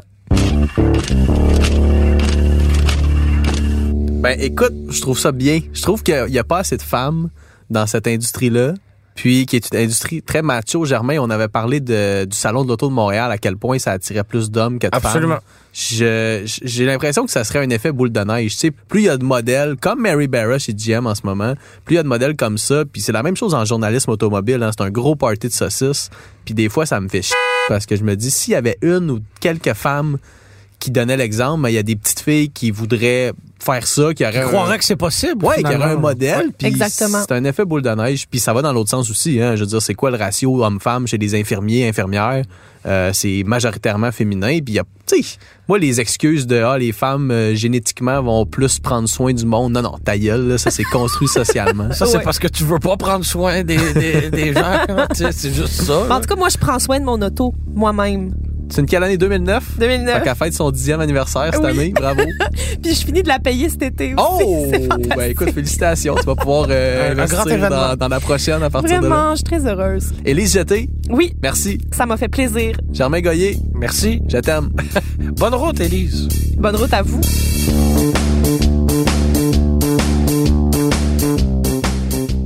Speaker 4: Ben écoute, je trouve ça bien. Je trouve qu'il n'y a pas assez de femmes dans cette industrie-là. Puis, qui est une industrie très macho, Germain. On avait parlé de- du Salon de l'Auto de Montréal, à quel point ça attirait plus d'hommes que de
Speaker 3: Absolument.
Speaker 4: femmes. Je- je- J'ai l'impression que ça serait un effet boule de neige. Tu sais, plus il y a de modèles, comme Mary Barra chez GM en ce moment, plus il y a de modèles comme ça. Puis c'est la même chose en journalisme automobile. hein. C'est un gros party de saucisses. Puis des fois, ça me fait chier parce que je me dis, s'il y avait une ou quelques femmes qui donnaient l'exemple, mais il y a des petites filles qui voudraient faire ça, qui auraient...
Speaker 3: Je
Speaker 4: un-
Speaker 3: croirais que c'est possible.
Speaker 4: Ouais, qu'il y
Speaker 3: finalement.
Speaker 4: aurait un modèle. puis
Speaker 5: Exactement.
Speaker 4: C'est un effet boule de neige. Puis ça va dans l'autre sens aussi. Hein. Je veux dire, c'est quoi le ratio homme-femme chez les infirmiers, infirmières? Euh, c'est majoritairement féminin. Puis il y a, tu sais, moi, les excuses de ah, les femmes euh, génétiquement vont plus prendre soin du monde. Non, non, ta gueule, là, ça c'est construit socialement.
Speaker 3: Ça, c'est
Speaker 5: Ouais.
Speaker 3: parce que tu veux pas prendre soin des, des, des gens. tu sais, c'est juste ça.
Speaker 5: Mais en tout cas, moi, je prends soin de mon auto, moi-même.
Speaker 4: C'est une quelle année 2009?
Speaker 5: 2009.
Speaker 4: Fait qu'elle fête son dixième anniversaire cette
Speaker 5: Oui.
Speaker 4: année. Bravo.
Speaker 5: Puis je finis de la payer cet été aussi.
Speaker 4: Oh! Ben écoute, félicitations. Tu vas pouvoir
Speaker 3: Un-
Speaker 4: euh,
Speaker 3: un grand
Speaker 4: investir
Speaker 3: événement.
Speaker 4: dans, dans la prochaine à partir de là.
Speaker 5: Vraiment, je suis très heureuse.
Speaker 4: Élise Jeté,
Speaker 5: Oui,
Speaker 4: merci.
Speaker 5: ça m'a fait plaisir.
Speaker 4: Germain Goyer,
Speaker 3: Merci.
Speaker 4: je t'aime.
Speaker 3: Bonne route, Élise.
Speaker 5: Bonne route à vous.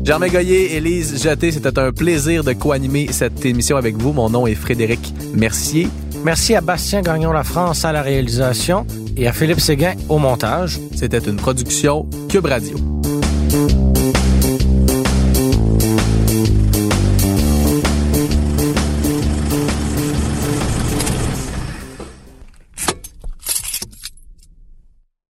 Speaker 4: Germain Goyer, Élise Jeté, c'était un plaisir de co-animer cette émission avec vous. Mon nom est Frédéric Mercier.
Speaker 3: Merci à Bastien Gagnon La France à la réalisation et à Philippe Séguin au montage.
Speaker 4: C'était une production Cube Radio.